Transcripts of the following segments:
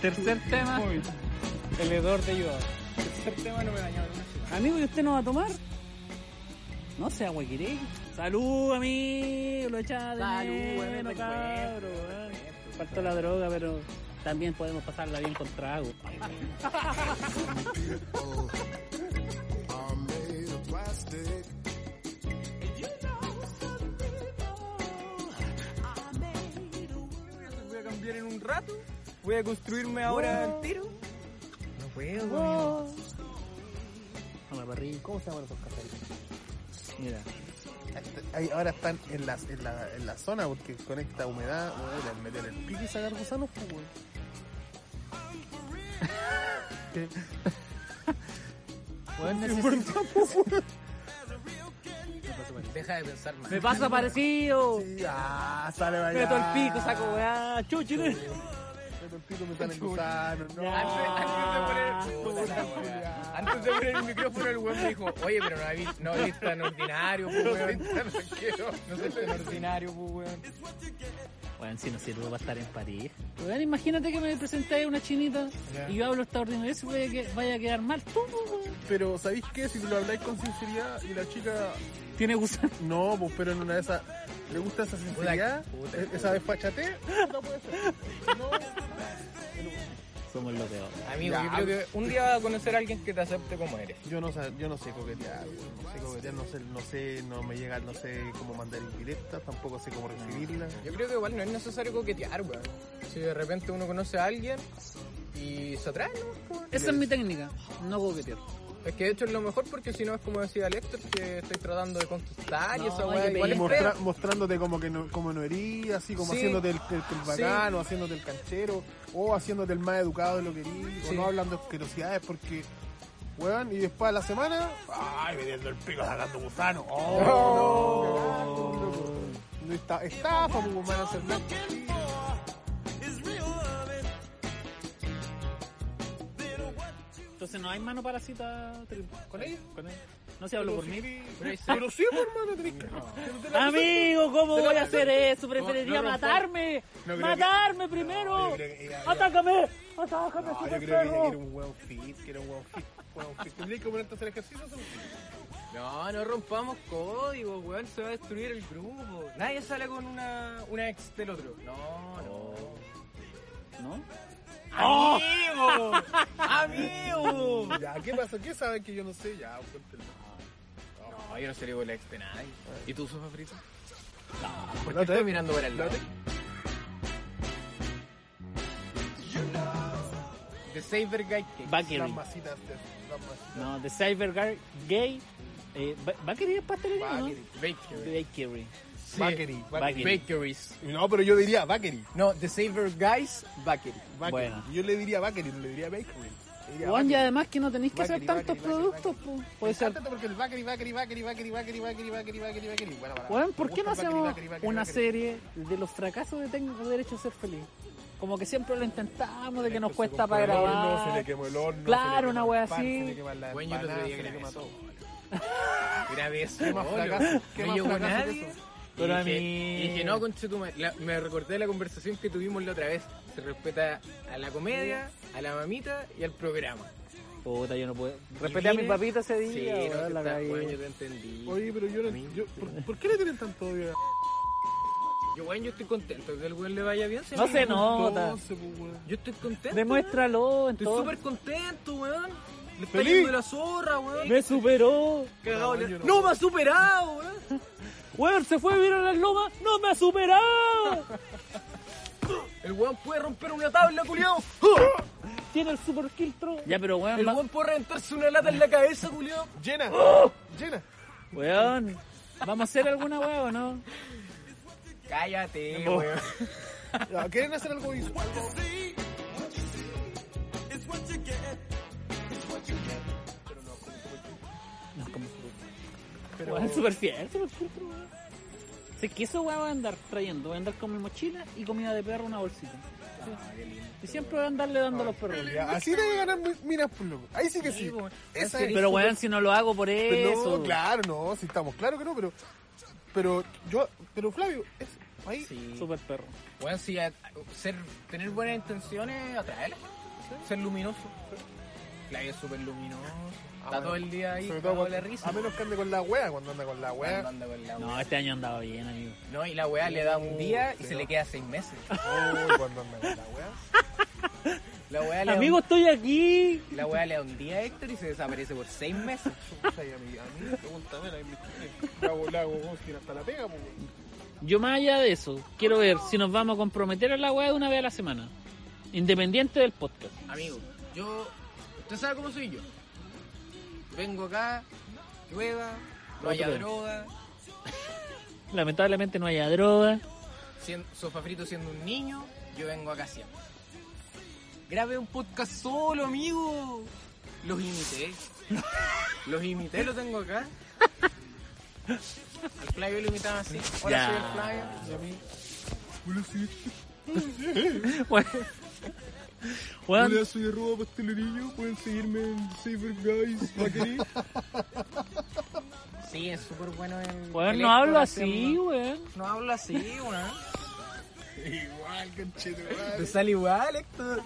Tercer tema. Uy, el hedor de ayuda. Tercer tema no me dañaba en una ciudad. Amigo, ¿y usted no va a tomar? No sea guaquiré. Salud, amigo. Lo echaba de Salud, menos, weón, me cabro, encuentro, weón. me encuentro. Faltó la droga, pero también podemos pasarla bien con trago. are made of plastic. Voy a cambiar en un rato. Voy a construirme ahora entero. No puedo, amigo. A la parrilla. ¿Cómo se llaman esos cafés? Mira, Este, Ahí ahora están en la, en, la, en la zona porque con esta humedad, weón, al meter el pico y sacar gusanos, pues, weón. weón, Deja de pensar más. Me pasa parecido. Ah, sale vaya. Meto el pico, saco weá. Chuchi. Meto el pico, me sale el gusano. No. Antes, antes de poner. Puta la weá. Antes de poner el micrófono, el weón me dijo, oye, pero no habéis no habéis tan ordinario, pues, weón. No soy tan ordinario, pues, weón. Bueno, si no sirve para estar en París. Weón, imagínate que me presentáis una chinita Ya. y yo hablo extraordinario. Eso vaya, que- vaya a quedar mal tú, weón. Pero, ¿sabéis qué? Si lo habláis con sinceridad y la chica Tiene gusano. No, pues, pero en una de esas. ¿Le gusta esa sinceridad? Puta, ¿E- puta. ¿Esa desfachatez? No puede ser. No. Somos lo peor. Amigo, Ya. yo creo que un día vas a conocer a alguien que te acepte como eres. Yo no, sa- yo no sé coquetear, no sé coquetear, no sé, no sé, no me llega, no sé cómo mandar indirectas, tampoco sé cómo recibirlas. Yo creo que igual no es necesario coquetear, weón. Si de repente uno conoce a alguien y se atrae, ¿no? Pues, Esa es mi técnica. No coquetear. Es que de hecho es lo mejor porque si no es como decía Lector que estoy tratando de conquistar y No, esa hay weá que igual Y es pedir. fea. mostra- mostrándote como que no, como no herís, así como Sí. haciéndote el, el, el bacán, o haciéndote el canchero, o haciéndote el más educado de lo que herís, o Sí. no hablando asquerosidades porque, weón, y después de la semana, ay, metiendo el pico, sacando gusano, oh, no, cagaste, loco. no está, estafa, pues, van a hacer nada. Entonces no hay mano para cita tri- con ella. ¿Con ella? No se habló Pero por sí, mí. Pero ahí sí. pero sí, pues, hermano, tenés que- pero te la- Amigo, ¿cómo Te la voy a pasé. hacer eso? Preferiría No, no, no, matarme. no creo matarme No, primero. yo creo que ella- Atácame. Atácame, No, yo creo super que ella quiere perro. un weón fit, quiere un weón fit, weón fit. Tendrías que ponerte a hacer ejercicio, ¿no? No, no rompamos códigos, weón, se va a destruir el grupo. Nadie sale con una, una ex del otro. No, no. Oh. ¿No? ¡Amigo! ¡Amigo! Ya, ¿qué pasó? ¿Qué saben que yo no sé? Ya, cuéntenlo. No, yo no salí con la ex de nadie. ¿Y tú, Sofa Frito? ¿Por Porque estoy mirando para el lado. The Saber Guy Cake. Bakery. Las masitas, de- las masitas. No, The Cyber Guy- Gay. Eh, ba- ¿Bakery es pastelería? ¿no? Bakery. Bakery. Bakery. Sí. Bakery. Bakery. Bakeries. No, pero yo diría Bakery. No, The Saver Guys Bakery. Bakery. Bueno. Yo le diría Bakery, no le diría Bakery. Le diría Juan, y Bakery. además que no tenéis que hacer Bakery, tantos bakery, productos, bakery, po. puede ser. Cántate porque el Bakery, Bakery, Bakery, Bakery, Bakery, Bakery, Bakery, Bakery, Bakery. Bueno, bueno. Juan, ¿por Me qué no gusta el hacemos Bakery, Bakery, Bakery, una Bakery. serie de los fracasos de Tengo Derecho a Ser Feliz? Como que siempre lo intentamos, de que nos Se cuesta compró para el horno, Se grabar. le quemó el horno. Claro, se le quemó una el wea pan, así. Se le quemó la Bueno, yo el otro empanada, día se le grabé quema eso. todo. Grabé eso. ¿Qué más fracaso? ¿Qué No más llegó fracaso que nadie. eso? Pero y a dije, mí- y dije, no, conche tu madre". La- me recordé la conversación que tuvimos la otra vez. Se respeta a la comedia, a la mamita y al programa. Puta, yo no puedo. Respeté Respeté a mi papita ese Sí, día. no, weón, te la está- cagué. weón, yo te entendí. Oye, pero yo no. yo- ¿por, por qué le tienen tanto odio a Yo, weón, yo estoy contento que al weón le vaya bien. si a No mí se me- nota. Entonces, pues, weón. Yo estoy contento. Demuéstralo en Estoy todo. súper contento, weón. Le está Feliz. yendo la zorra, weón. Me superó. Cagado, No, le- yo no. no me ha superado, weón. Weón, se fue a vivir a las lomas. ¡No me ha superado! El weón puede romper una tabla, culiao. tiene el super filtro. Ya, pero weón, El va- buen puede reventarse una lata en la cabeza, Julio. Llena, llena. weón, ¿vamos a hacer alguna weá o no? Cállate, weón. Ya, ¿Quieren hacer algo visual? No, como Pero... Weón, super fiel, super filtro, weón. O sea, que eso weón voy a andar trayendo, voy a andar con mi mochila y comida de perro una bolsita. Sí. y siempre voy a andarle dando a los perros. Ya, así te voy a ganar mi- minas por loco. Ahí sí que sí. weón. Esa es. Pero weón, si no lo hago por Pero no, eso. claro, no, si estamos claro que no, pero. Pero yo. Pero Flavio, es. Ahí. Sí. Super perro. Weón, si a- ser, tener buenas intenciones, atraerla. Ser luminoso. Flavio es súper luminoso. Está bueno. Ah, todo el día ahí, Sobre con todo cuando- la risa. A menos que ande con la wea, cuando anda con la wea. Andando con la No, weá. este año andaba bien, amigo. No, y la weá le da un día y se le queda seis meses. Oh, cuando anda con la wea. La weá le da un- Amigo, estoy aquí. La weá le da un día a Héctor y se desaparece por seis meses. Chucha, y a mí, a mí, pregúntame, ahí me Le hago, le hago ghosting hasta la pega, pues. weón. Yo más allá de eso, quiero ver si nos vamos a comprometer a la weá de una vez a la semana. Independiente del podcast. Amigo, yo. ¿Usted sabe cómo soy yo? Vengo acá, llueva, no haya Otra vez. droga, Lamentablemente no haya droga. siendo, sofá frito siendo un niño, yo vengo acá siempre. Grabé un podcast solo, amigo. Los imité. Los imité, lo tengo acá. Al Flavio lo imitaba así. Hola, Ya. soy el Flavio. Y a mí, Bueno. Weón, soy arroba pastelerillo, pueden seguirme en Safer Guys, Bakery. Sí, es súper bueno el. weón, el no Héctor hablo así, haciendo- weón. No hablo así, weón. Igual, conchete, Te sale igual, Héctor.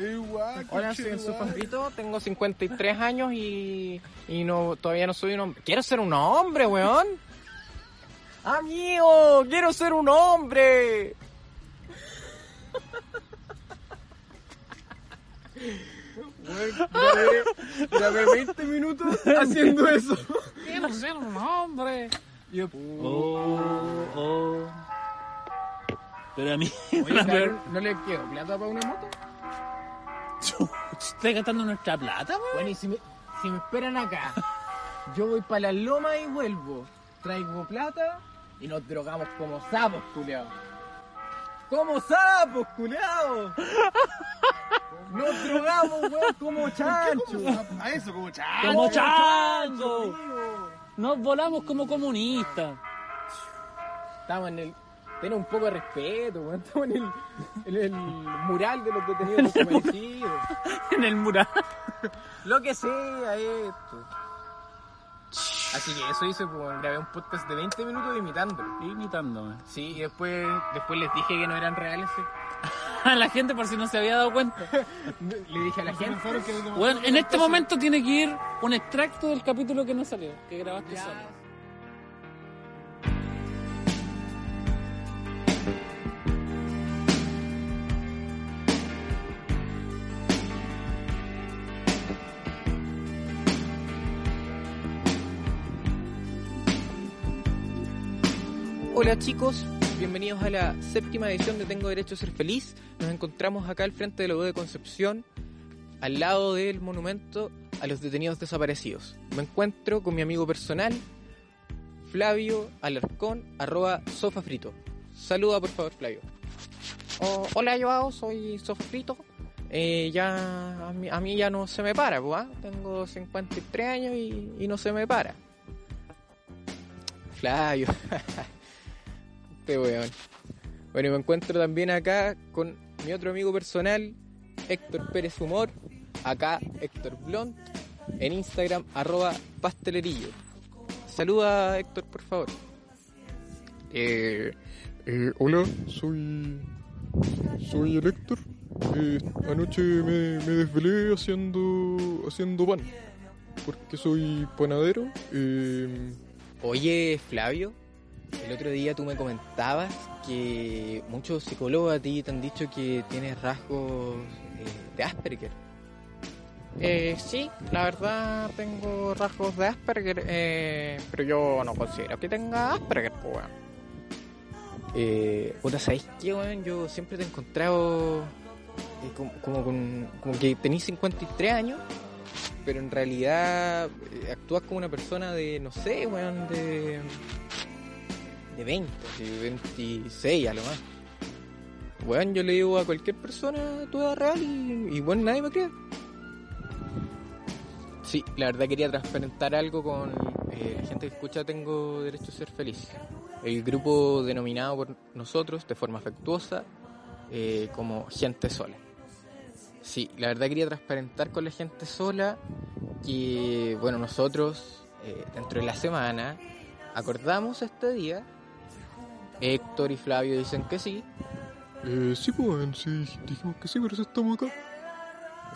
Igual, Hola, soy el conchetumare. Sufabrito, tengo 53 años y, y no, todavía no soy un hombre. ¡Quiero ser un hombre, weón! ¡Amigo! ¡Quiero ser un hombre! Weón, grabé, grabé 20 minutos haciendo eso. Quiero ser un hombre. Y yo, Oh, oh. Pero a mí. oye, cabrón, ¿no le quiero plata para una moto? ¿Estás gastando nuestra plata, weón? Bueno, y si me, si me esperan acá, yo voy para la loma y vuelvo. Traigo plata y nos drogamos como sapos, culeados. ¡Como sapos, culeados! ¡Nos drogamos, weón, como chanchos! A eso, como chaval. ¡Como chango! Nos volamos como comunistas. Estamos en el... Ten un poco de respeto, weón. Estamos en el, en el mural de los detenidos desaparecidos. En el mural. Lo que sea esto. Así que eso hice, pues, weón. grabé un podcast de 20 minutos imitándolo. Imitándome. Sí, y después, después les dije que no eran reales. sí. A la gente por si no se había dado cuenta. Le dije a la gente. Bueno, en este momento tiene que ir un extracto del capítulo que no salió, que grabaste Ya. solo. Hola chicos, bienvenidos a la séptima edición de Tengo Derecho a Ser Feliz. Nos encontramos acá al frente de la U de Concepción, al lado del monumento a los detenidos desaparecidos. Me encuentro con mi amigo personal, Flavio Alarcón, arroba sofafrito. Saluda por favor, Flavio. Oh, hola, Joao, soy sofafrito. Eh, ya a mí, a mí ya no se me para, pues, ah. tengo 53 años y, y no se me para. Flavio. Este weón. Bueno, y me encuentro también acá con mi otro amigo personal, Héctor Pérez Humor, acá Héctor Blond, en Instagram arroba pastelerillo. Saluda Héctor, por favor. Eh, eh, hola, soy. Soy el Héctor. Eh, anoche me, me desvelé haciendo. haciendo pan. Porque soy panadero. eh, Oye, Flavio, el otro día tú me comentabas que muchos psicólogos a ti te han dicho que tienes rasgos eh, de Asperger. Eh, sí, la verdad tengo rasgos de Asperger, eh, pero yo no considero que tenga Asperger, pues, weón. Eh, puta, ¿sabéis qué, weón? Yo siempre te he encontrado eh, como, como con- como que tenís 53 años, pero en realidad eh, actúas como una persona de, no sé, weón, de, de 20, de 26 a lo más. Weón, yo le digo a cualquier persona tu edad real y, y weón, nadie me cree. Sí, la verdad quería transparentar algo con eh, la gente que escucha Tengo Derecho a Ser Feliz. El grupo denominado por nosotros de forma afectuosa eh, como gente sola. Sí, la verdad quería transparentar con la gente sola que, bueno, nosotros eh, dentro de la semana acordamos este día. Héctor y Flavio dicen que sí. Eh, sí, pues, weón, sí, dijimos que sí, pero eso estamos acá.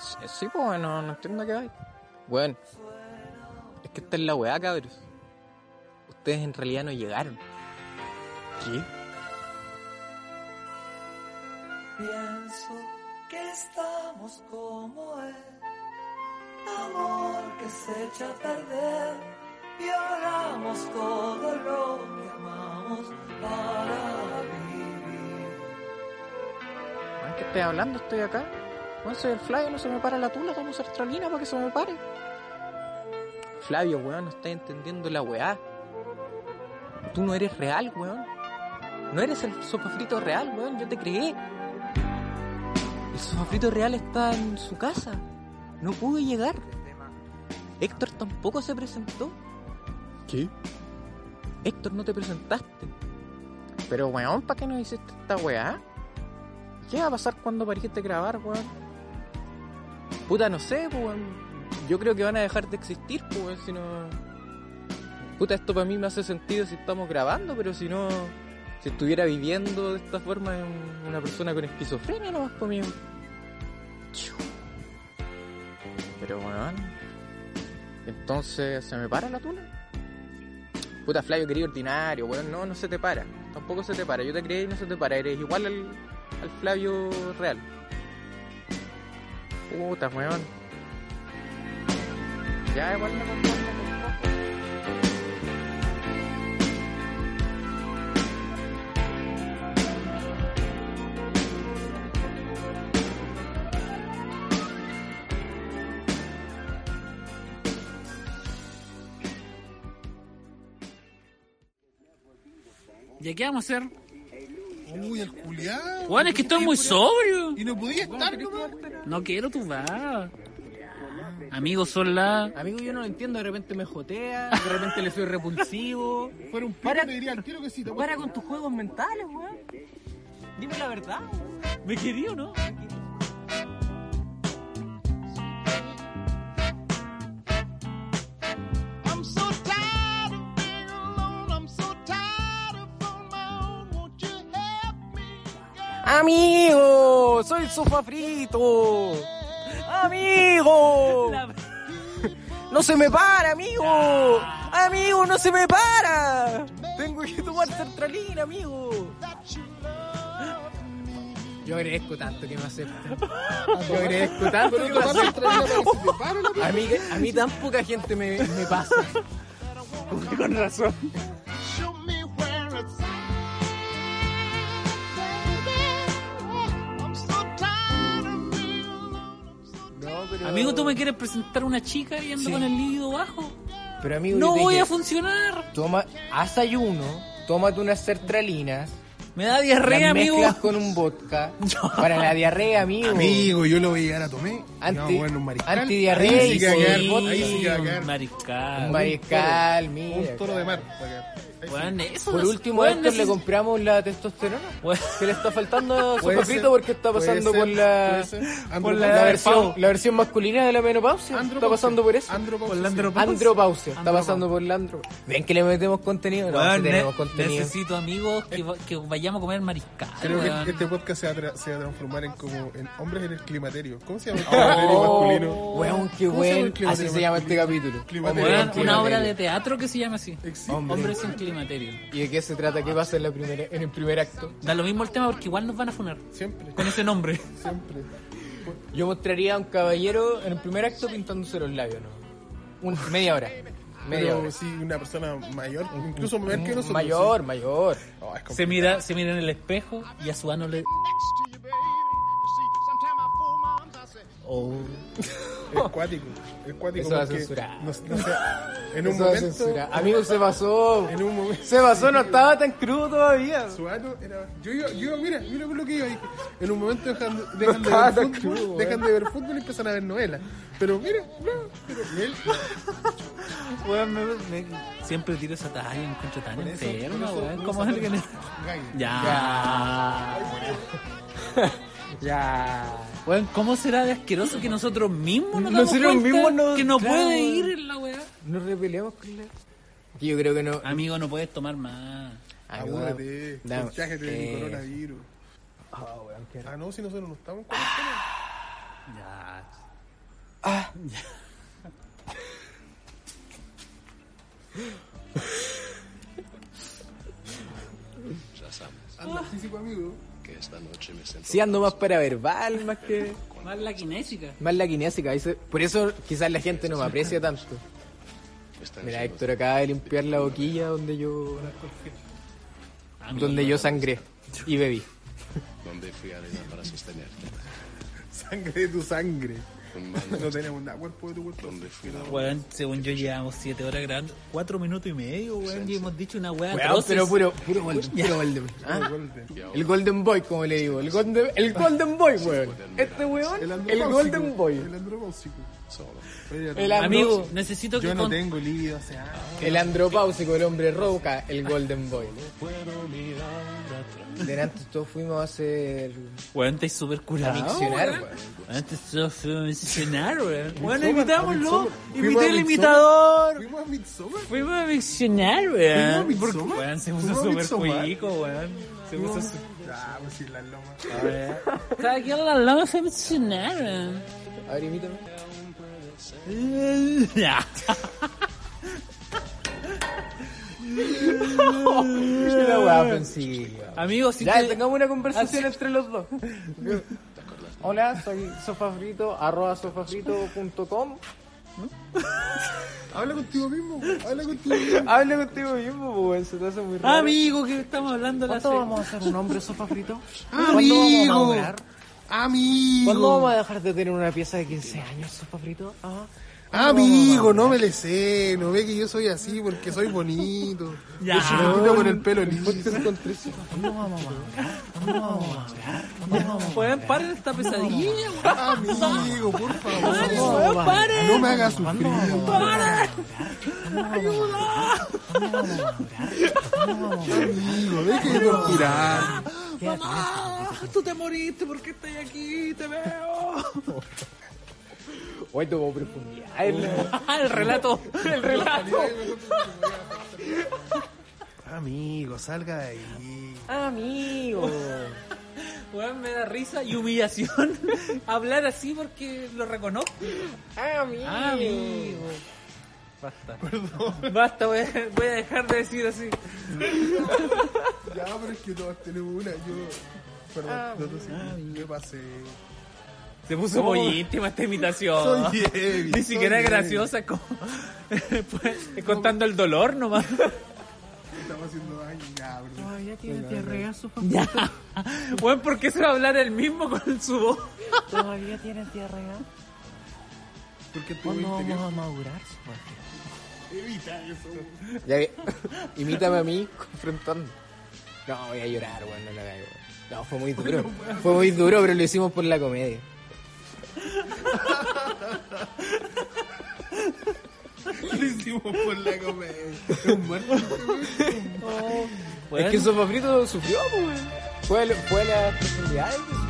Sí, Sí, pues, bueno, no entiendo qué hay. Bueno, es que esta es la weá, cabros. Ustedes en realidad no llegaron. ¿Qué? Pienso que estamos como él, amor que se echa a perder. Violamos todo lo que amamos para vivir. Weón, ¿Qué estoy hablando? Estoy acá. Weón, soy el Flavio, no se me para la tula, tomo sertralina para que se me pare. Flavio, weón, no estás entendiendo la weá. Tú no eres real, weón. No eres el sofafrito real, weón, yo te creé. El sofafrito real está en su casa. No pudo llegar. Héctor tampoco se presentó. ¿Qué? Héctor, no te presentaste. Pero, weón, ¿para qué no hiciste esta weá? ¿Qué va a pasar cuando pariste grabar, weón? Puta, no sé, pues, weón. Yo creo que van a dejar de existir, pues, weón, si no... Puta, esto para mí me hace sentido si estamos grabando, pero si no... Si estuviera viviendo de esta forma en una persona con esquizofrenia nomás pues, conmigo. Pero, weón... Entonces, ¿se me para la tuna? Puta Flavio, querido ordinario, weón, no, no se te para. Tampoco se te para. Yo te creí y no se te para. Eres igual al, al Flavio real. Puta, weón. Ya, igual no ¿Y aquí vamos a hacer? Uy, el culiado. Bueno, es que estoy muy sobrio. Y no podía estar, nomás. No quiero tu va. Amigos, son las... Amigo, yo no lo entiendo. De repente me jotea, de repente le soy repulsivo. Fuera un pico, te diría, quiero que sí. te apuesto. con tus juegos mentales, weón. Dime la verdad, weón. ¿Me quería o no? I'm so tired of being alone. I'm so tired of on my own. Won't you help me? Amigo, soy sofafrito. Amigo. No se me para, amigo. Amigo, no se me para. Tengo que tomar sertralina, amigo. Yo agradezco tanto que me acepten. Yo agradezco tanto que me acepten. A mí, a mí tan poca gente me, me pasa. Con razón. Show me where it's at, baby. I'm so tired of being alone. I'm so No, pero... Amigo, tú me quieres presentar una chica y ando Sí. con el líbido bajo. Pero amigo, yo No te voy dije, a funcionar. toma, haz ayuno, tómate unas sertralinas, Me da las diarrea, amigo. mezclas con un vodka para la diarrea, amigo. Amigo, yo lo voy a llegar a tomar. Anti- no, bueno, un mariscal. antidiarrea Ahí sí y que va a quedar. sí, Ahí sí que va a Un quedar. Mariscal. Un mariscal, mira. Un toro de mar. va a quedar. Weón, eso Por no- último, a weón, Héctor le neces- compramos la testosterona. Weón, Que le está faltando su Puede papito ser, porque está puede pasando ser, por la, puede ser. por Andropausia. la, Pau. versión, la versión masculina de la menopausia. Está Andropausia. pasando por eso. Andropausia, Por sí. Landro- Andropausia. Está Andropausia. pasando por la andro. Ven que le metemos contenido. No, weón, sí ne- tenemos contenido. necesito amigos que, va- que vayamos a comer mariscal. Creo weón. que este podcast se va, a tra- se va a transformar en como en hombres en el climaterio. ¿Cómo se llama el climaterio masculino? Weón, qué ¿Cómo se llama el buen. Así climaterio se llama este masculino? capítulo. Climaterio. Weón, Climaterio. una obra de teatro que se llama así. Existe. Hombres sin climaterio. ¿Y de qué se trata? ¿Qué pasa en, la primera, en el primer acto? Da lo mismo el tema porque igual nos van a funar. Siempre, Con ese nombre. siempre. Yo mostraría a un caballero en el primer acto pintándose los labios, ¿no? Un- media hora. Media hora. Pero sí, una persona mayor, incluso Mm, mayor que nosotros. Mayor, mayor. sí. No, es como- Se mira, se mira en el espejo y a su ano le. next to you, baby. You see, sometime I Oh. Es cuático. Es cuático Eso va a porque censurar. no- no sé, en un Eso va a momento. censurar. Amigo, se pasó. En un momento. Se pasó, no estaba tan crudo todavía. Su ano era- Yo, iba- yo, iba- mira, mira con lo que iba. dije, En un momento dejan, dejan de, estaba ver tan fútbol, crudo, dejan de ver fútbol y empiezan a ver novelas. Pero mira, no, pero él- Weón, me- me- siempre tiro esa talla, me encuentro tan eso- enferma, por eso weón. uno ¿Cómo es saca el que los- le- Gallo. Ya. Ya. Weón, ¿cómo será de asqueroso que nosotros mismos nos damos Nosotros cuenta mismos no- que no claro, puede weón. ir en la weá? Nos repeleamos con la. Yo creo que no. Amigo, no puedes tomar más. Amigo, Abúrrete, da- contágiate del eh, coronavirus. ah, weón, qué- Ah. Ah, no, si nosotros no estamos en cuarentena. Ah. Ya. Anda, físico amigo. Sí, ando más para verbal, más que. Más la kinésica. Más la kinésica. ahí se- Por eso quizás la gente no me aprecia tanto. Mira, Héctor acaba de limpiar la boquilla donde yo. Ah, Donde yo sangré y bebí. Sangre de tu sangre. No tenemos nada, cuerpo de tu cuerpo. Weón, según yo llevamos 7 horas grabando, 4 minutos y medio, weón, y hemos dicho una weá. Weón, atroces. pero puro, puro Golden. Puro golden. ¿ah? El Golden Boy, como le digo. El Golden, el golden Boy, weón. Este weón, el andropáusico, Golden Boy. El andropáusico. El andro- Amigo, necesito que Yo no con- tengo libido hace Ah. años. El andropáusico, el hombre roca, el Golden Boy. Delante todos fuimos a hacer Weón, estáis súper Ah, curado. miccionar, weón. weón. Weón, estáis súper miccionar, weón. Weón, Midsommar, a invitámoslo. Midsommar. Fuimos Invité a al Midsommar. imitador. Fuimos a Midsommar. Fuimos a miccionar, ¿Fuimos weón. a Porque, Midsommar? Weón, se puso ¿Fuimos a súper Midsommar? cuico, weón. Se puso súper. Ah, pues sí, la loma. Estaba aquí a la lona fue a miccionar, weón. A ver, imítame. Ya. La weá ofensiva. Amigo, si Eh, Ya, te- tengamos una conversación entre los dos. Hola, soy sofafrito, arroba sofafrito.com. Habla contigo mismo, güey. habla contigo mismo. Habla contigo mismo, po, weón, se te hace muy raro. Amigo, que estamos hablando la se- a hacer un hombre sofafrito? Amigo, amigo, ¿Cuándo vamos a dejar de tener una pieza de 15 años, sofafrito? Ah. amigo, no me le sé, no ve que yo soy así porque soy bonito. Ya. Yo soy bonito con el pelo liso. Weón, paren esta pesadilla, weón. Amigo, por Paren, favor, weón, paren. no me hagas sufrir. ¡Para! Amigo, deje de torturar. ¡Mamá! ¡Tú te moriste! ¿Por qué estás aquí? ¡Te veo! Oye, tuvo profundidad. el- Ah, el relato! ¡El relato! Amigo, salga de ahí. Amigo. Weón, me da risa y humillación hablar así porque lo reconozco. Amigo. Amigo. Basta. Basta, voy a, voy a dejar de decir así. Ya, pero es que todos tenemos una. Yo, perdón, no te sé, me pasé. Se puso muy íntima esta imitación. Soy heavy. Ah. Ni siquiera es soy heavy. graciosa, es como- pues, contando el dolor nomás. Estamos haciendo daño, ya, perdón. Ya tiene diarrea, sofafrito. Ya. Bueno, ¿por qué se va a hablar el mismo con su voz? Todavía tiene diarrea. Porque tú ¿Cuándo viste vamos que a madurar, sofafrito? evita eso. Ya, ve, imítame a mí confrontando. No, voy a llorar, weón, no la caigo. No, fue muy duro. Fue muy duro, pero lo hicimos por la comedia. Lo hicimos por la comedia. Es un muerto. Es que Sofafrito sufrió, pues, weón. Fue, fue la profundidad. pues.